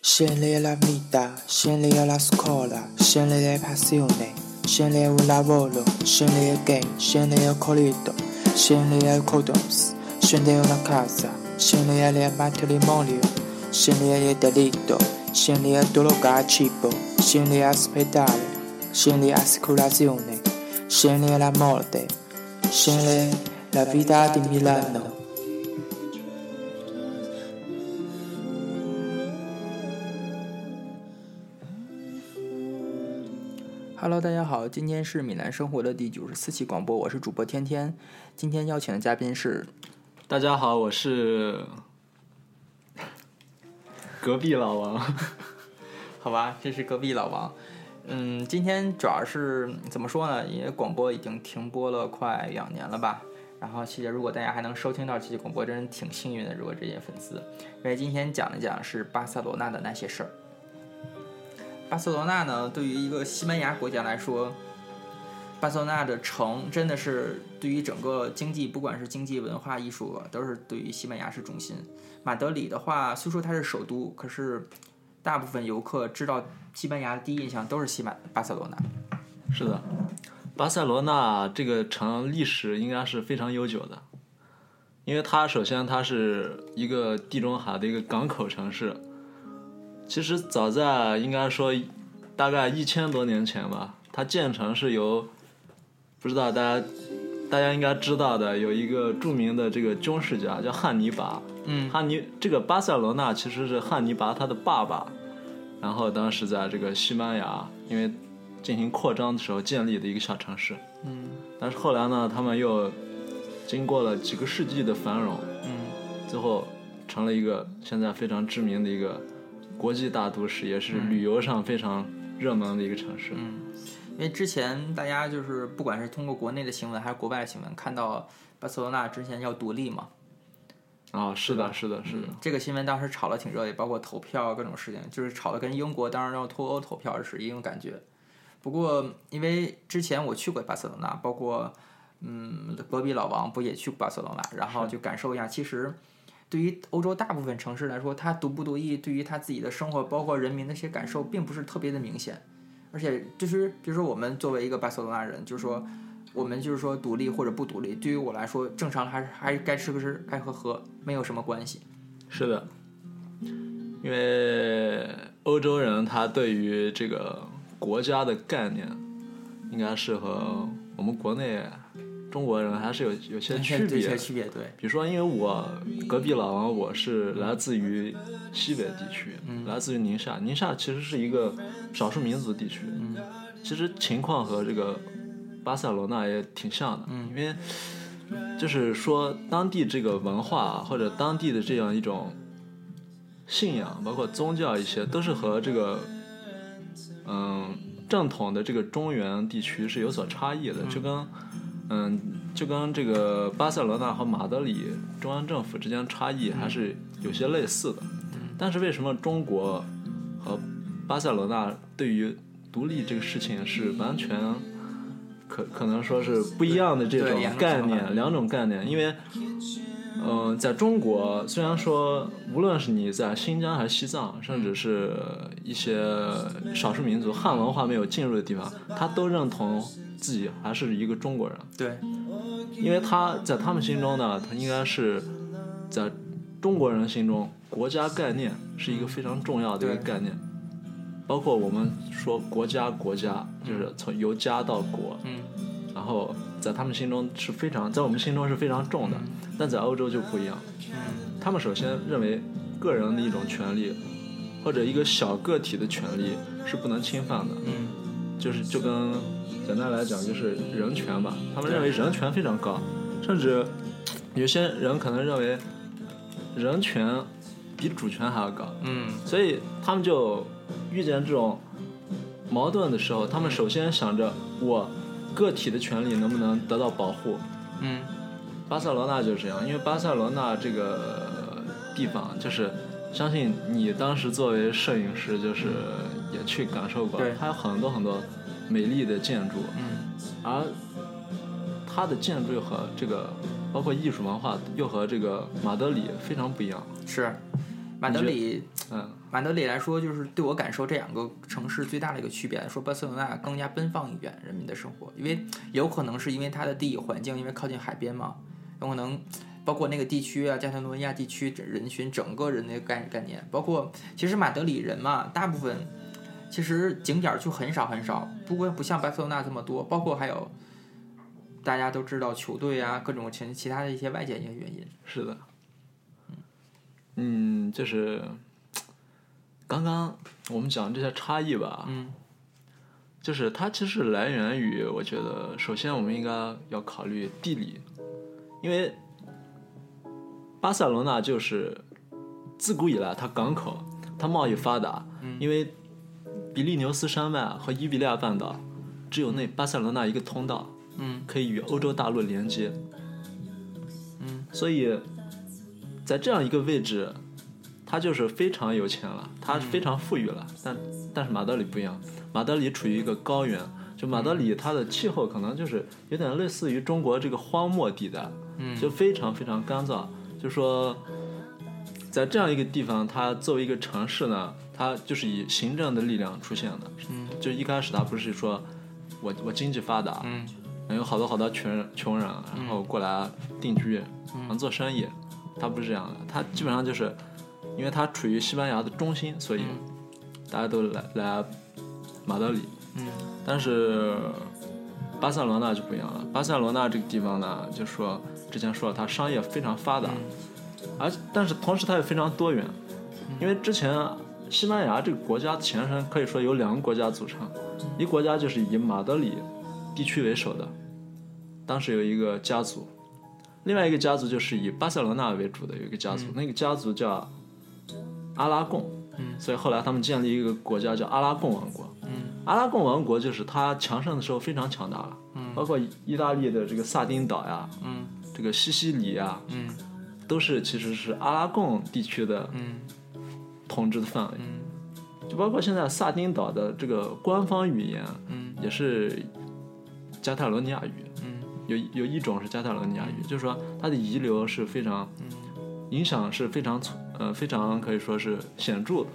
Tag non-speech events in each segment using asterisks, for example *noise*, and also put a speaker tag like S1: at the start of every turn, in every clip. S1: Scende alla vita, scende alla scuola, scende la passione, scende al lavoro, scende al game, scende al corrido, scende al condoms, scende una casa, scende al matrimonio, scende al delitto, scende al droga al cibo, scende all'ospedale, scende all'assicurazione, scende alla morte, scende la vita di Milano. Hello，大家好，今天是闽南生活的第九十四期广播，我是主播天天。今天邀请的嘉宾是
S2: 大家好，我是隔壁老王。
S1: *laughs* 好吧，这是隔壁老王。嗯，今天主要是怎么说呢？因为广播已经停播了快两年了吧。然后，其实如果大家还能收听到这期广播，真是挺幸运的。如果这些粉丝，因为今天讲一讲是巴塞罗那的那些事儿。巴塞罗那呢，对于一个西班牙国家来说，巴塞罗那的城真的是对于整个经济，不管是经济、文化、艺术，都是对于西班牙是中心。马德里的话，虽说它是首都，可是大部分游客知道西班牙的第一印象都是西班巴塞罗那。
S2: 是的，巴塞罗那这个城历史应该是非常悠久的，因为它首先它是一个地中海的一个港口城市，其实早在应该说大概一千多年前吧，它建成是由不知道大家大家应该知道的有一个著名的这个军事家叫汉尼拔，
S1: 嗯，
S2: 汉尼这个巴塞罗那其实是汉尼拔他的爸爸，然后当时在这个西班牙因为进行扩张的时候建立的一个小城市。
S1: 嗯
S2: 但是后来呢，他们又经过了几个世纪的繁荣，
S1: 嗯，
S2: 最后成了一个现在非常知名的一个国际大都市，也是旅游上非常热门的一个城市。
S1: 因为之前大家就是不管是通过国内的新闻还是国外的新闻，看到巴塞罗那之前要独立嘛，
S2: 啊，是的，是的，是的，
S1: 这个新闻当时炒得挺热烈，包括投票各种事情，就是炒得跟英国当时要脱欧投票是一种感觉。不过因为之前我去过巴塞罗那，包括嗯隔壁老王不也去过巴塞罗那，然后就感受一下，其实对于欧洲大部分城市来说，它独不独立，对于他自己的生活，包括人民的一些感受，并不是特别的明显。而且就是比如说我们作为一个巴塞罗那人，就是说。我们就是说独立或者不独立，对于我来说，正常还是还是该吃个吃，该喝喝，没有什么关系。
S2: 嗯是的，因为欧洲人他对于这个国家的概念，应该是和我们国内中国人还是有有些区
S1: 对
S2: 别
S1: 这
S2: 的
S1: 些。区别，对，
S2: 比如说，因为我隔壁老王，我是来自于西北地区，来自于宁夏。宁夏其实是一个少数民族地区，其实情况和这个巴塞罗那也挺像的，因为就是说当地这个文化或者当地的这样一种信仰，包括宗教一些，都是和这个嗯正统的这个中原地区是有所差异的，就跟嗯就跟这个巴塞罗那和马德里中央政府之间差异还是有些类似的。
S1: 嗯
S2: 但是为什么中国和巴塞罗那对于独立这个事情是完全可可能说是不一样的这
S1: 对
S2: 种
S1: 两种
S2: 概
S1: 想法
S2: 念，两种概念，因为。嗯、在中国，虽然说无论是你在新疆还是西藏，甚至是一些少数民族汉文化没有进入的地方，他都认同自己还是一个中国人，
S1: 对，
S2: 因为他在他们心中呢，他应该是在中国人心中，国家概念是一个非常重要的一个
S1: 对
S2: 概念。包括我们说国家，国家就是从由家到国，
S1: 嗯，
S2: 然后在他们心中是非常，在我们心中是非常重的，但在欧洲就不一样。他们首先认为个人的一种权利，或者一个小个体的权利是不能侵犯的，
S1: 嗯，
S2: 就是就跟简单来讲就是人权吧。他们认为人权非常高，甚至有些人可能认为人权比主权还要高。
S1: 嗯，
S2: 所以他们就遇见这种矛盾的时候，他们首先想着我个体的权利能不能得到保护。
S1: 嗯，
S2: 巴塞罗那就是这样，因为巴塞罗那这个地方就是，相信你当时作为摄影师，就是也去感受过
S1: 对，
S2: 它有很多很多美丽的建筑，
S1: 嗯，
S2: 而它的建筑又和这个包括艺术文化又和这个马德里非常不一样。
S1: 是，马德里，
S2: 嗯，
S1: 马德里来说，就是对我感受这两个城市最大的一个区别来说，巴塞罗那更加奔放一点人民的生活，因为有可能是因为它的地理环境，因为靠近海边嘛，有可能包括那个地区啊，加泰罗尼亚地区整人群整个人的概概念，包括其实马德里人嘛，大部分其实景点儿就很少很少，不过不像巴塞罗那这么多，包括还有大家都知道球队啊，各种其其他的一些外界一些原因。
S2: 是的，嗯，就是刚刚我们讲这些差异吧，
S1: 嗯
S2: 就是它其实来源于，我觉得首先我们应该要考虑地理，因为巴塞罗那就是自古以来它港口，它贸易发达，因为比利牛斯山脉和伊比利亚半岛只有那巴塞罗那一个通道，
S1: 嗯
S2: 可以与欧洲大陆连接。
S1: 嗯，
S2: 所以在这样一个位置，它就是非常有钱了，它非常富裕了。但但是马德里不一样，马德里处于一个高原，就马德里它的气候可能就是有点类似于中国这个荒漠地带，
S1: 嗯
S2: 就非常非常干燥。就说在这样一个地方，它作为一个城市呢，它就是以行政的力量出现的。
S1: 嗯
S2: 就一开始它不是说我我经济发达，
S1: 嗯
S2: 有好多好多穷人穷人，啊然后过来定居，然后做生意。他不是这样的，他基本上就是，因为他处于西班牙的中心，所以大家都来来马德里。
S1: 嗯
S2: 但是巴塞罗那就不一样了，巴塞罗那这个地方呢，就说之前说了，它商业非常发达，而但是同时它也非常多元，因为之前西班牙这个国家前身可以说由两个国家组成，一个国家就是以马德里地区为首的，当时有一个家族，另外一个家族就是以巴塞罗那为主的有一个家族，那个家族叫阿拉贡，
S1: 嗯
S2: 所以后来他们建立一个国家叫阿拉贡王国。
S1: 嗯
S2: 阿拉贡王国就是它强盛的时候非常强大了，包括意大利的这个萨丁岛呀，
S1: 嗯
S2: 这个西西里呀，
S1: 嗯
S2: 都是其实是阿拉贡地区的
S1: 嗯
S2: 统治的范围，
S1: 嗯
S2: 就包括现在萨丁岛的这个官方语言
S1: 嗯
S2: 也是加泰罗尼亚语，
S1: 嗯
S2: 有有一种是加泰罗尼亚语，就是说它的遗留是非常
S1: 嗯
S2: 影响是非常粗呃非常可以说是显著的，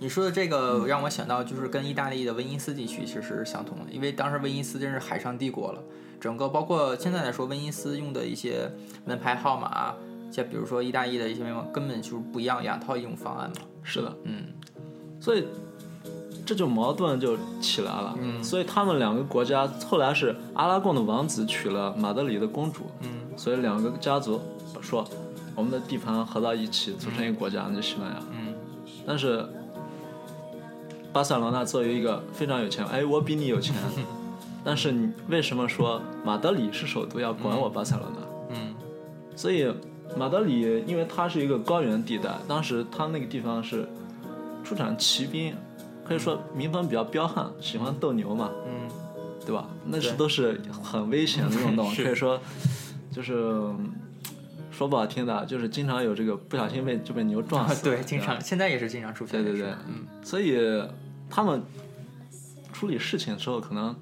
S1: 你说的这个让我想到，就是跟意大利的威尼斯地区其实是相同的，因为当时威尼斯真是海上帝国了，整个包括现在来说，威尼斯用的一些门牌号码，啊像比如说意大利的一些面貌，根本就是不一样，两套一种方案嘛。
S2: 是的，
S1: 嗯
S2: 所以这就矛盾就起来了。
S1: 嗯
S2: 所以他们两个国家后来是阿拉贡的王子娶了马德里的公主，
S1: 嗯
S2: 所以两个家族说我们的地盘合到一起组成一个国家，那就西班牙。
S1: 嗯
S2: 但是巴塞罗那作为一个非常有钱，哎，我比你
S1: *laughs*
S2: 有钱，但是你为什么说马德里是首都要管我巴塞罗那？
S1: 嗯
S2: 所以马德里，因为它是一个高原地带，当时它那个地方是出产骑兵，可以说民风比较彪悍，喜欢斗牛嘛，
S1: 嗯
S2: 对吧？那是
S1: 对
S2: 都是很危险的运
S1: *laughs*
S2: 动，可以说就是嗯说不好听的，就是经常有这个不小心被就被牛撞
S1: 啊 *laughs*
S2: 死，
S1: 对，经
S2: 吧
S1: 常现在也是经常出现
S2: 对
S1: 这
S2: 对
S1: 事
S2: 对
S1: 儿。嗯
S2: 所以他们处理事情的时候可能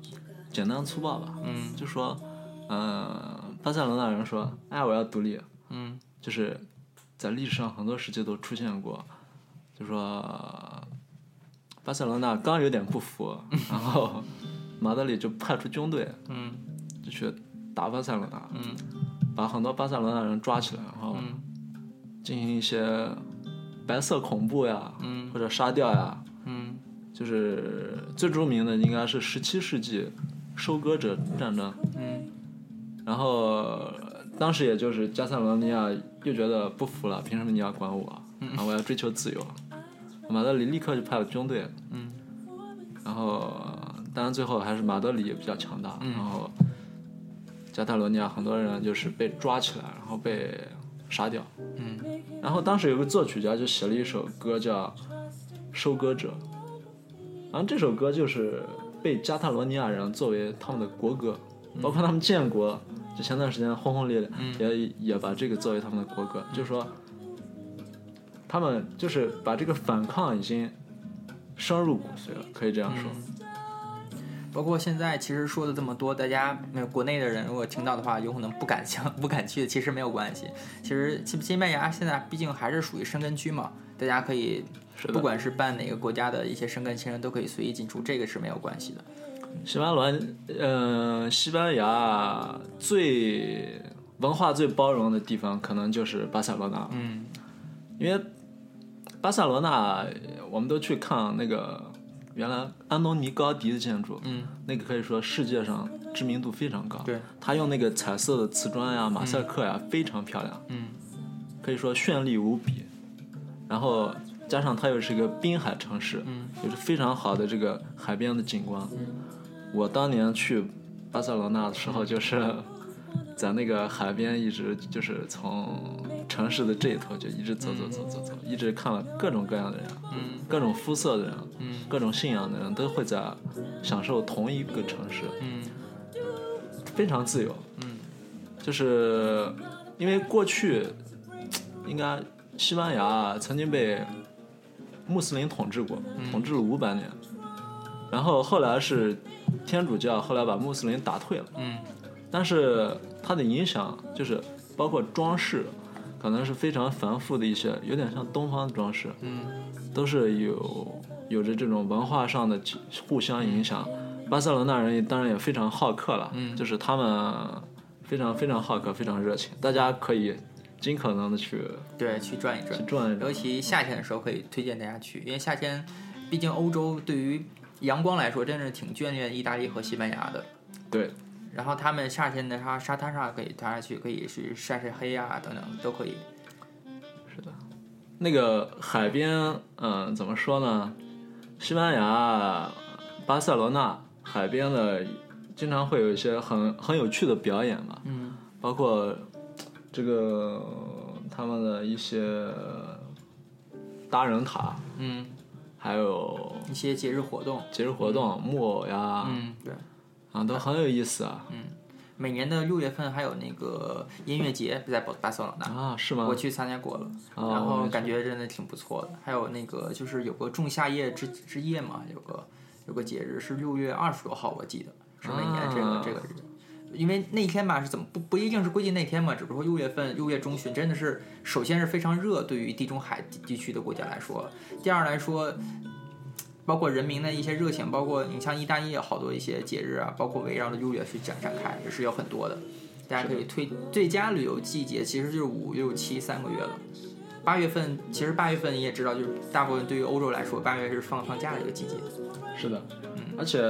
S2: 简单粗暴吧，
S1: 嗯
S2: 就说，嗯、巴塞罗那人说，哎，我要独立，
S1: 嗯
S2: 就是在历史上很多时期都出现过，就说呃巴塞罗那刚有点
S1: *laughs*
S2: 不服，然后马德里就派出军队
S1: 嗯
S2: 就去打巴塞罗那，
S1: 嗯
S2: 把很多巴塞罗那人抓起来，然后
S1: 嗯
S2: 进行一些白色恐怖呀，
S1: 嗯
S2: 或者杀掉呀，
S1: 嗯
S2: 就是最著名的应该是十七世纪收割者战争。
S1: 嗯
S2: 然后呃当时也就是加塞罗尼亚又觉得不服了，凭什么你要管我？
S1: 嗯
S2: 啊，我要追求自由。马德里立刻就派了军队，
S1: 嗯
S2: 然后呃当然最后还是马德里也比较强大，
S1: 嗯
S2: 然后加泰罗尼亚很多人就是被抓起来，然后被杀掉。
S1: 嗯
S2: 然后当时有个作曲家就写了一首歌叫《收割者》，然后这首歌就是被加泰罗尼亚人作为他们的国歌，包
S1: 嗯
S2: 括他们建国，就前段时间轰轰烈烈，也也把这个作为他们的国歌，就是说他们就是把这个反抗已经深入骨髓了，可以这样说。
S1: 嗯。包括现在其实说了这么多，大家没有国内的人如果听到的话，有可能不敢想、 *laughs* 不敢去，其实没有关系。其实西西班牙现在毕竟还是属于申根区嘛，大家可以
S2: 是的
S1: 不管是办哪个国家的一些申根签证都可以随意进出，这个是没有关系的。
S2: 西班牙，呃，西班牙最文化最包容的地方，可能就是巴塞罗那，
S1: 嗯
S2: 因为巴塞罗那我们都去看那个原来安东尼高迪的建筑，
S1: 嗯，
S2: 那个可以说世界上知名度非常高。
S1: 对，
S2: 他用那个彩色的瓷砖呀、马赛克呀，非常漂亮，
S1: 嗯，
S2: 可以说绚丽无比。然后加上它又是一个滨海城市，
S1: 嗯，
S2: 有着非常好的这个海边的景观。我当年去巴塞罗那的时候，
S1: 嗯
S2: 就是 *laughs* 在那个海边，一直就是从城市的这一头就一直走走走走走，一直看了各种各样的人，
S1: 嗯
S2: 各种肤色的人，
S1: 嗯
S2: 各种信仰的人都会在享受同一个城市，
S1: 嗯
S2: 非常自由。
S1: 嗯
S2: 就是因为过去应该西班牙曾经被穆斯林统治过，
S1: 嗯
S2: 统治了五百年，然后后来是天主教，后来把穆斯林打退了，
S1: 嗯
S2: 但是它的影响就是包括装饰，可能是非常繁复的一些，有点像东方的装饰，
S1: 嗯
S2: 都是有有着这种文化上的互相影响。巴塞罗那人当然也非常好客了，
S1: 嗯
S2: 就是他们非常非常好客，非常热情，大家可以尽可能的去
S1: 对，去转一转
S2: 去。转一
S1: 尤
S2: 转。
S1: 其夏天的时候可以推荐大家去，因为夏天，毕竟欧洲对于阳光来说真是挺眷恋意大利和西班牙的。
S2: 对，
S1: 然后他们夏天的沙沙滩上可以滑下去，可以去晒晒黑啊等等都可以。
S2: 是的，那个海边，嗯、怎么说呢？西班牙巴塞罗那海边的，经常会有一些很很有趣的表演嘛，
S1: 嗯
S2: 包括这个他们的一些搭人塔，
S1: 嗯，
S2: 还有
S1: 一些节日活动，
S2: 节日活动、木偶呀，
S1: 嗯对，
S2: 啊，都很有意思啊。
S1: 每年的六月份还有那个音乐节在巴巴塞罗那。
S2: 啊，是吗
S1: 我？去参加过了，
S2: 哦
S1: 然
S2: 我
S1: 后
S2: 也
S1: 感觉真的挺不错的。还有那个就是有个仲夏夜之之夜嘛，有个有个节日是六月二十多号，我记得是每年这个、
S2: 啊
S1: 这个日子。因为那天吧是怎么不不一定是规定那天嘛，只不过六月份六月中旬真的是首先是非常热，对于地中海地地区的国家来说，第二来说，包括人民的一些热情，包括你像意大利有好多一些节日啊，包括围绕着六月去展展开，也是有很多的。大家可以推最佳旅游季节其实就是五六七三个月了。八月份其实八月份你也知道，就是大部分对于欧洲来说，八月是放放假的一个季节。
S2: 是的，
S1: 嗯
S2: 而且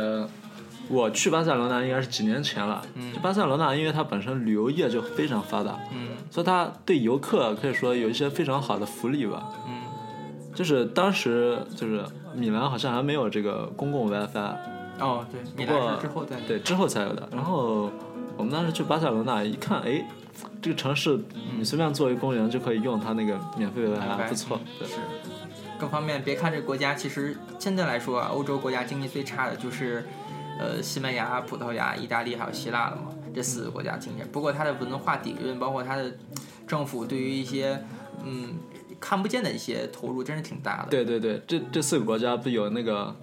S2: 我去巴塞罗那应该是几年前了。就巴塞罗那，因为它本身旅游业就非常发达，
S1: 嗯
S2: 所以它对游客可以说有一些非常好的福利吧。
S1: 嗯
S2: 就是当时就是米兰好像还没有这个公共 WiFi，
S1: 哦对，你来是之后再
S2: 对，之后才有的。然后我们当时去巴塞罗那一看，哎，这个城市你随便做一公园就可以用它那个免费的，还不错。对，
S1: 是更方便。别看这国家，其实现在来说啊，欧洲国家经济最差的就是呃西班牙、葡萄牙、意大利还有希腊了嘛，这四个国家经济。不过它的文化底蕴，包括它的政府对于一些嗯看不见的一些投入，真是挺大的。
S2: 对对对，这这四个国家不有那个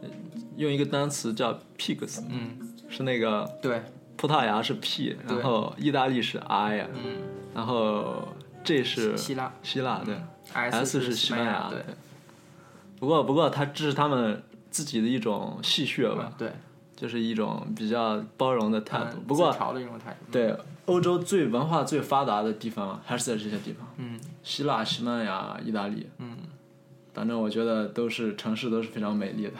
S2: 呃用一个单词叫 pigs，吗
S1: 嗯，
S2: 是那个
S1: 对，
S2: 葡萄牙是 p，
S1: 对
S2: 然后意大利是 i，呀
S1: 嗯，
S2: 然后这是
S1: 希腊
S2: 希腊对
S1: ，S
S2: ，s
S1: 是
S2: 是
S1: 西
S2: 西班
S1: 牙，
S2: 牙。对不过不过它这是他们自己的一种戏谑吧
S1: 嗯，对，
S2: 就是一种比较包容的态度。
S1: 嗯
S2: 啊不过
S1: 自嘲的一种态度。
S2: 对，欧洲最文化最发达的地方啊还是在这些地方，
S1: 嗯
S2: 希腊、西班牙、意大利，
S1: 嗯。
S2: 反正我觉得都是城市都是非常美丽的。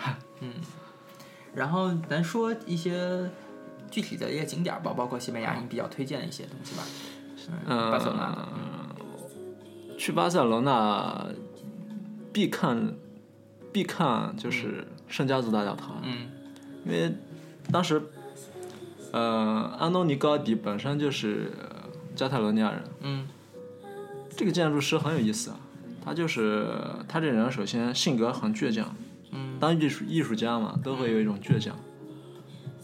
S1: 然后咱说一些具体的一些景点儿吧，包括西班牙，你比较推荐的一些东西吧。
S2: 嗯
S1: 巴塞罗那的
S2: 去巴塞罗那必看必看就是圣家族大教堂，
S1: 嗯
S2: 因为当时，呃，安东尼高迪本身就是加泰罗尼亚人，
S1: 嗯
S2: 这个建筑师很有意思啊，他就是他这人首先性格很倔强，
S1: 嗯
S2: 当艺术艺术家嘛，都会有一种倔强，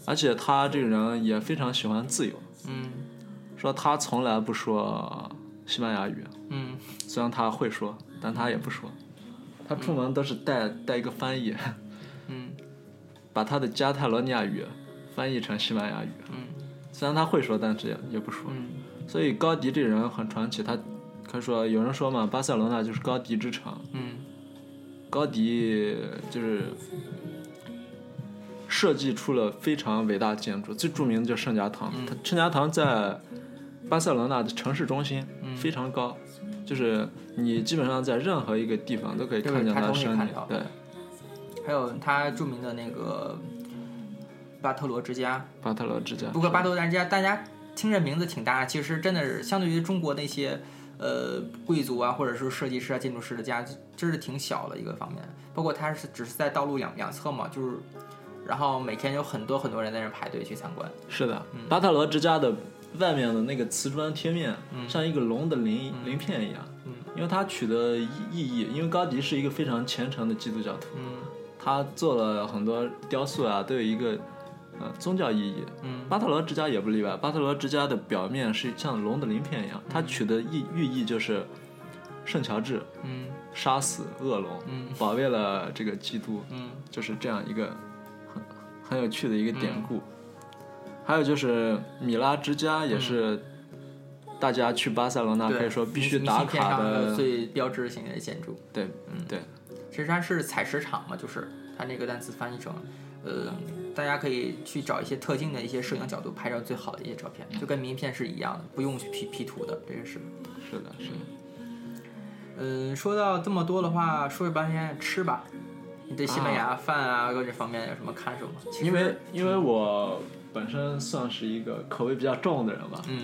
S2: 而且他这个人也非常喜欢自由，
S1: 嗯
S2: 说他从来不说西班牙语，
S1: 嗯
S2: 虽然他会说，但他也不说，他出门都是带带一个翻译，
S1: 嗯
S2: 把他的加泰罗尼亚语翻译成西班牙语。
S1: 嗯
S2: 虽然他会说，但是也也不说。
S1: 嗯
S2: 所以高迪这人很传奇，他可以说有人说嘛，巴塞罗那就是高迪之城。
S1: 嗯
S2: 高迪就是设计出了非常伟大的建筑，最著名的就是圣家堂。
S1: 嗯
S2: 它圣家堂在巴塞罗那的城市中心，
S1: 嗯
S2: 非常高，就是你基本上在任何一个地方都可以
S1: 对
S2: 看见它
S1: 它
S2: 的
S1: 都可以
S2: 身
S1: 看
S2: 影
S1: 到。
S2: 对，
S1: 还有他著名的那个巴特罗之家，
S2: 巴特罗之家。
S1: 不过巴特罗之家大家听这名字挺大，其实真的是相对于中国那些呃贵族啊，或者是设计师啊、建筑师的家，真是挺小的一个方面。包括它是只是在道路两两侧嘛，就是然后每天有很多很多人在那儿排队去参观。
S2: 是的，
S1: 嗯
S2: 巴特罗之家的外面的那个瓷砖贴面，像一个龙的鳞鳞片一样。
S1: 嗯
S2: 因为它取得意意义，因为高迪是一个非常虔诚的基督教徒，
S1: 嗯
S2: 他做了很多雕塑啊，都有一个呃宗教意义。
S1: 嗯
S2: 巴特罗之家也不例外，巴特罗之家的表面是像龙的鳞片一样，它取的意寓意就是圣乔治
S1: 嗯
S2: 杀死恶龙，
S1: 嗯
S2: 保卫了这个基督，
S1: 嗯
S2: 就是这样一个很很有趣的一个典故。还有就是米拉之家也是大家去巴塞罗那
S1: 对
S2: 可以说必须
S1: 明
S2: 打
S1: 信片
S2: 卡
S1: 上
S2: 的，
S1: 最标志性的建筑。
S2: 对对。
S1: 其实它是采石场嘛，就是它那个单词翻译成，呃，大家可以去找一些特定的一些摄影角度拍照最好的一些照片，就跟名片是一样的，不用去 P P 图的，这个是。
S2: 是的，是的。
S1: 嗯，说到这么多的话，说了半天吃吧，你对西班牙饭啊各这方面有什么看什么？其实
S2: 因为因为我本身算是一个口味比较重的人吧，
S1: 嗯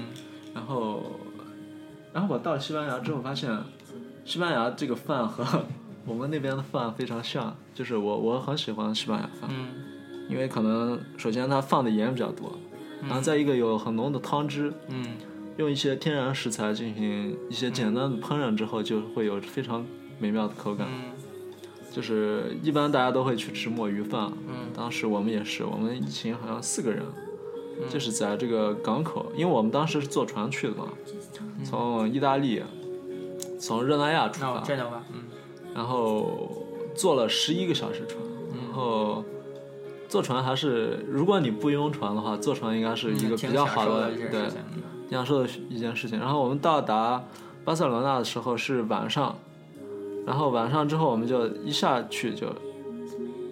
S2: 然后然后我到了西班牙之后发现，西班牙这个饭和我们那边的饭非常像，就是我我很喜欢西班牙饭，
S1: 嗯
S2: 因为可能首先它放的盐比较多，然后再一个有很浓的汤汁，
S1: 嗯
S2: 用一些天然食材进行一些简单的烹饪之后，就会有非常美妙的口感。
S1: 嗯
S2: 就是一般大家都会去吃墨鱼饭，啊
S1: 嗯
S2: 当时我们也是，我们一行好像四个人，
S1: 嗯
S2: 就是在这个港口，因为我们当时是坐船去的嘛，从意大利，从热那亚
S1: 嗯
S2: 出
S1: 那我
S2: 发，
S1: 这样吧，嗯
S2: 然后坐了十一个小时船，
S1: 嗯
S2: 然后坐船还是，如果你不晕船的话，坐船应该是
S1: 嗯
S2: 一个比较好
S1: 的
S2: 的，
S1: 一件
S2: 对
S1: 事，情，嗯
S2: 享受的一件事情。然后我们到达巴塞罗那的时候是晚上，然后晚上之后我们就一下去就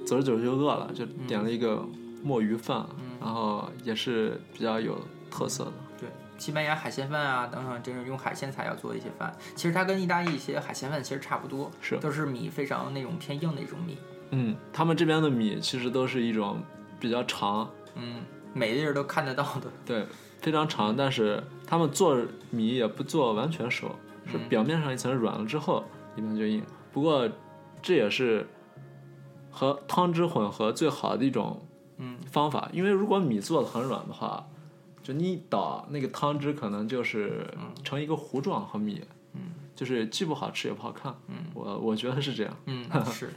S2: 走着走着就饿了，就点了一个墨鱼饭，然后也是比较有特色的。
S1: 对，西班牙海鲜饭啊等等，就是用海鲜材料做的一些饭。其实它跟意大利一些海鲜饭其实差不多，
S2: 是
S1: 都是米非常那种偏硬的一种米。
S2: 嗯，他们这边的米其实都是一种比较长，
S1: 嗯，每个人都看得到的。
S2: 对，非常长，但是他们做米也不做完全熟，是
S1: 嗯
S2: 表面上一层软了之后，里面就硬。不过这也是和汤汁混合最好的一种
S1: 嗯
S2: 方法，因为如果米做的很软的话，就你一倒那个汤汁可能就是成一个糊状和米，
S1: 嗯
S2: 就是既不好吃也不好看。
S1: 嗯
S2: 我我觉得是这样。
S1: *laughs* 嗯，是。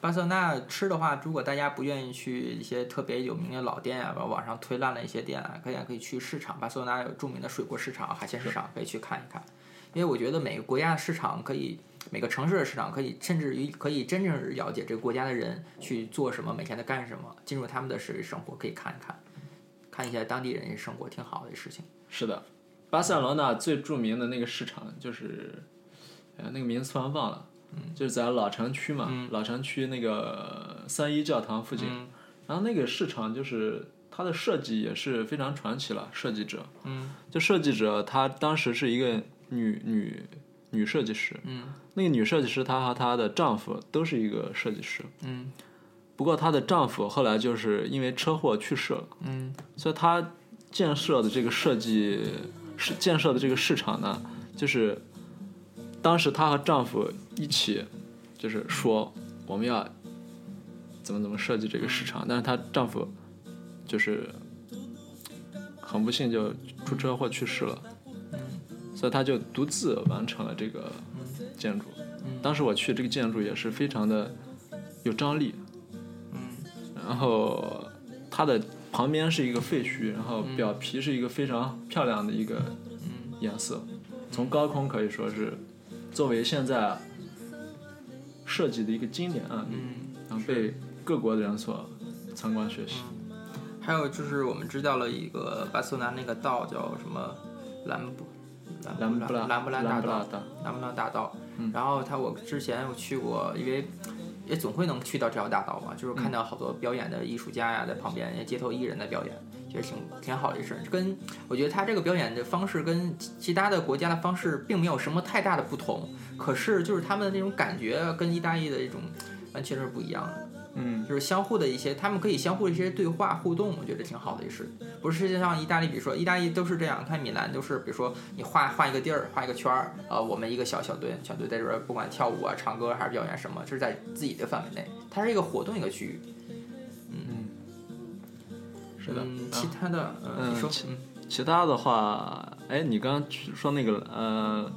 S1: 巴塞罗那吃的话，如果大家不愿意去一些特别有名的老店啊，把网上推烂了一些店啊，大家可以去市场。巴塞罗那有著名的水果市场、海鲜市场，可以去看一看。因为我觉得每个国家的市场可以，每个城市的市场可以，甚至于可以真正了解这个国家的人去做什么，每天在干什么，进入他们的实际生活，可以看一看，看一下当地人的生活，挺好的事情。
S2: 是的，巴塞罗那最著名的那个市场就是，呃，那个名字突然忘了，就是在老城区嘛，老城区那个三一教堂附近，
S1: 嗯
S2: 然后那个市场就是它的设计也是非常传奇了，设计者，
S1: 嗯
S2: 就设计者她当时是一个女女女设计师，
S1: 嗯
S2: 那个女设计师她和她的丈夫都是一个设计师，
S1: 嗯
S2: 不过她的丈夫后来就是因为车祸去世了。
S1: 嗯
S2: 所以它建设的这个设计是建设的这个市场呢，就是当时她和丈夫一起，就是说我们要怎么怎么设计这个市场，但是她丈夫就是很不幸就出车祸去世了，所以她就独自完成了这个
S1: 嗯
S2: 建筑。当时我去这个建筑也是非常的有张力，
S1: 嗯
S2: 然后它的旁边是一个废墟，然后表皮是一个非常漂亮的一个颜色，从高空可以说是作为现在设计的一个经典案例，
S1: 嗯
S2: 然后被各国的人所参观学习。
S1: 还有就是我们知道了一个巴塞罗那那个道叫什么兰布
S2: 兰
S1: 布
S2: 布拉
S1: 兰布拉大
S2: 兰布
S1: 道
S2: 拉，嗯大，
S1: 兰布拉大道。然后它我之前有去过，因为也总会能去到这条大道嘛，就是
S2: 嗯
S1: 看到好多表演的艺术家呀，在旁边一些街头艺人的表演，觉得挺挺好的一事儿。跟我觉得他这个表演的方式跟其其他的国家的方式并没有什么太大的不同，可是就是他们的那种感觉跟意大利的一种完全是不一样的。
S2: 嗯，
S1: 就是相互的一些，他们可以相互的一些对话互动，我觉得挺好的一事。不是世界上意大利，比如说意大利都是这样，看米兰都是，比如说你画画一个地儿，画一个圈儿，呃，我们一个小小队，小队在这边不管跳舞啊、唱歌还是表演什么，这是在自己的范围内，它是一个活动一个区域。
S2: 是的。
S1: 嗯，
S2: 啊
S1: 其他的，嗯，
S2: 嗯
S1: 你说，
S2: 其
S1: 嗯，
S2: 其他的话，哎，你刚刚说那个呃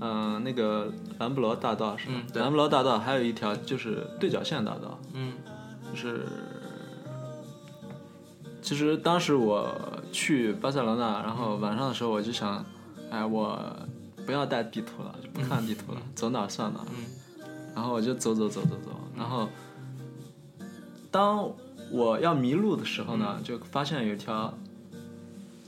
S2: 呃那个兰布罗大道是吗
S1: 嗯？对
S2: 兰布罗大道还有一条就是对角线大道，
S1: 嗯，
S2: 就是其实当时我去巴塞罗那，然后晚上的时候我就想，哎，我不要带地图了，就不看地图了，走哪儿算哪儿。然后我就走走走走走，然后当我要迷路的时候呢，就发现有一条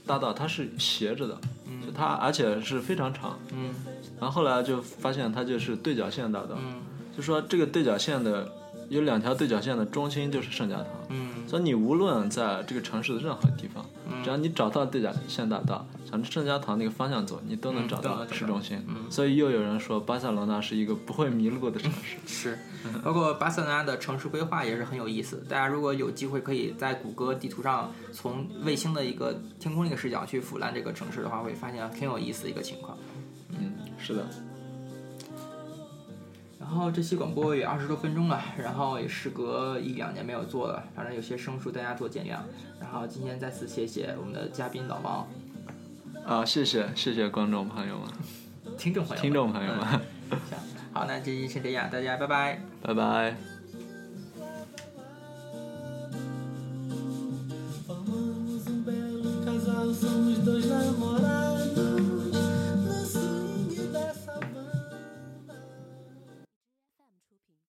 S2: 大道它是斜着的，
S1: 嗯
S2: 就它而且是非常长。
S1: 嗯，
S2: 然后后来就发现它就是对角线大道，
S1: 嗯，
S2: 就说这个对角线的有两条对角线的中心就是圣家堂。
S1: 嗯，
S2: 所以你无论在这个城市的任何地方，只要你找到对角线大道，想圣家堂那个方向走，你都能
S1: 嗯
S2: 找
S1: 都
S2: 到
S1: 能找
S2: 市
S1: 到嗯
S2: 中心。所以又有人说巴塞罗那是一个不会迷路的城市。
S1: 是，包括巴塞罗那的城市规划也是很有意思。大家如果有机会，可以在谷歌地图上从卫星的一个天空的一个视角去俯瞰这个城市的话，会发现挺有意思的一个情况。
S2: 嗯，是的，
S1: 然后这期广播也二十多分钟了，然后也时隔一两年没有做了，反正有些生疏，大家多见谅。然后今天再次谢谢我们的嘉宾老王，
S2: 啊，谢谢谢谢观众朋友们，
S1: 听众朋友们，
S2: 听众朋友们，
S1: 嗯。行好，那这期是这样，大家拜拜。
S2: 拜拜。
S3: Famoso, um belo casal, somos dois na moda.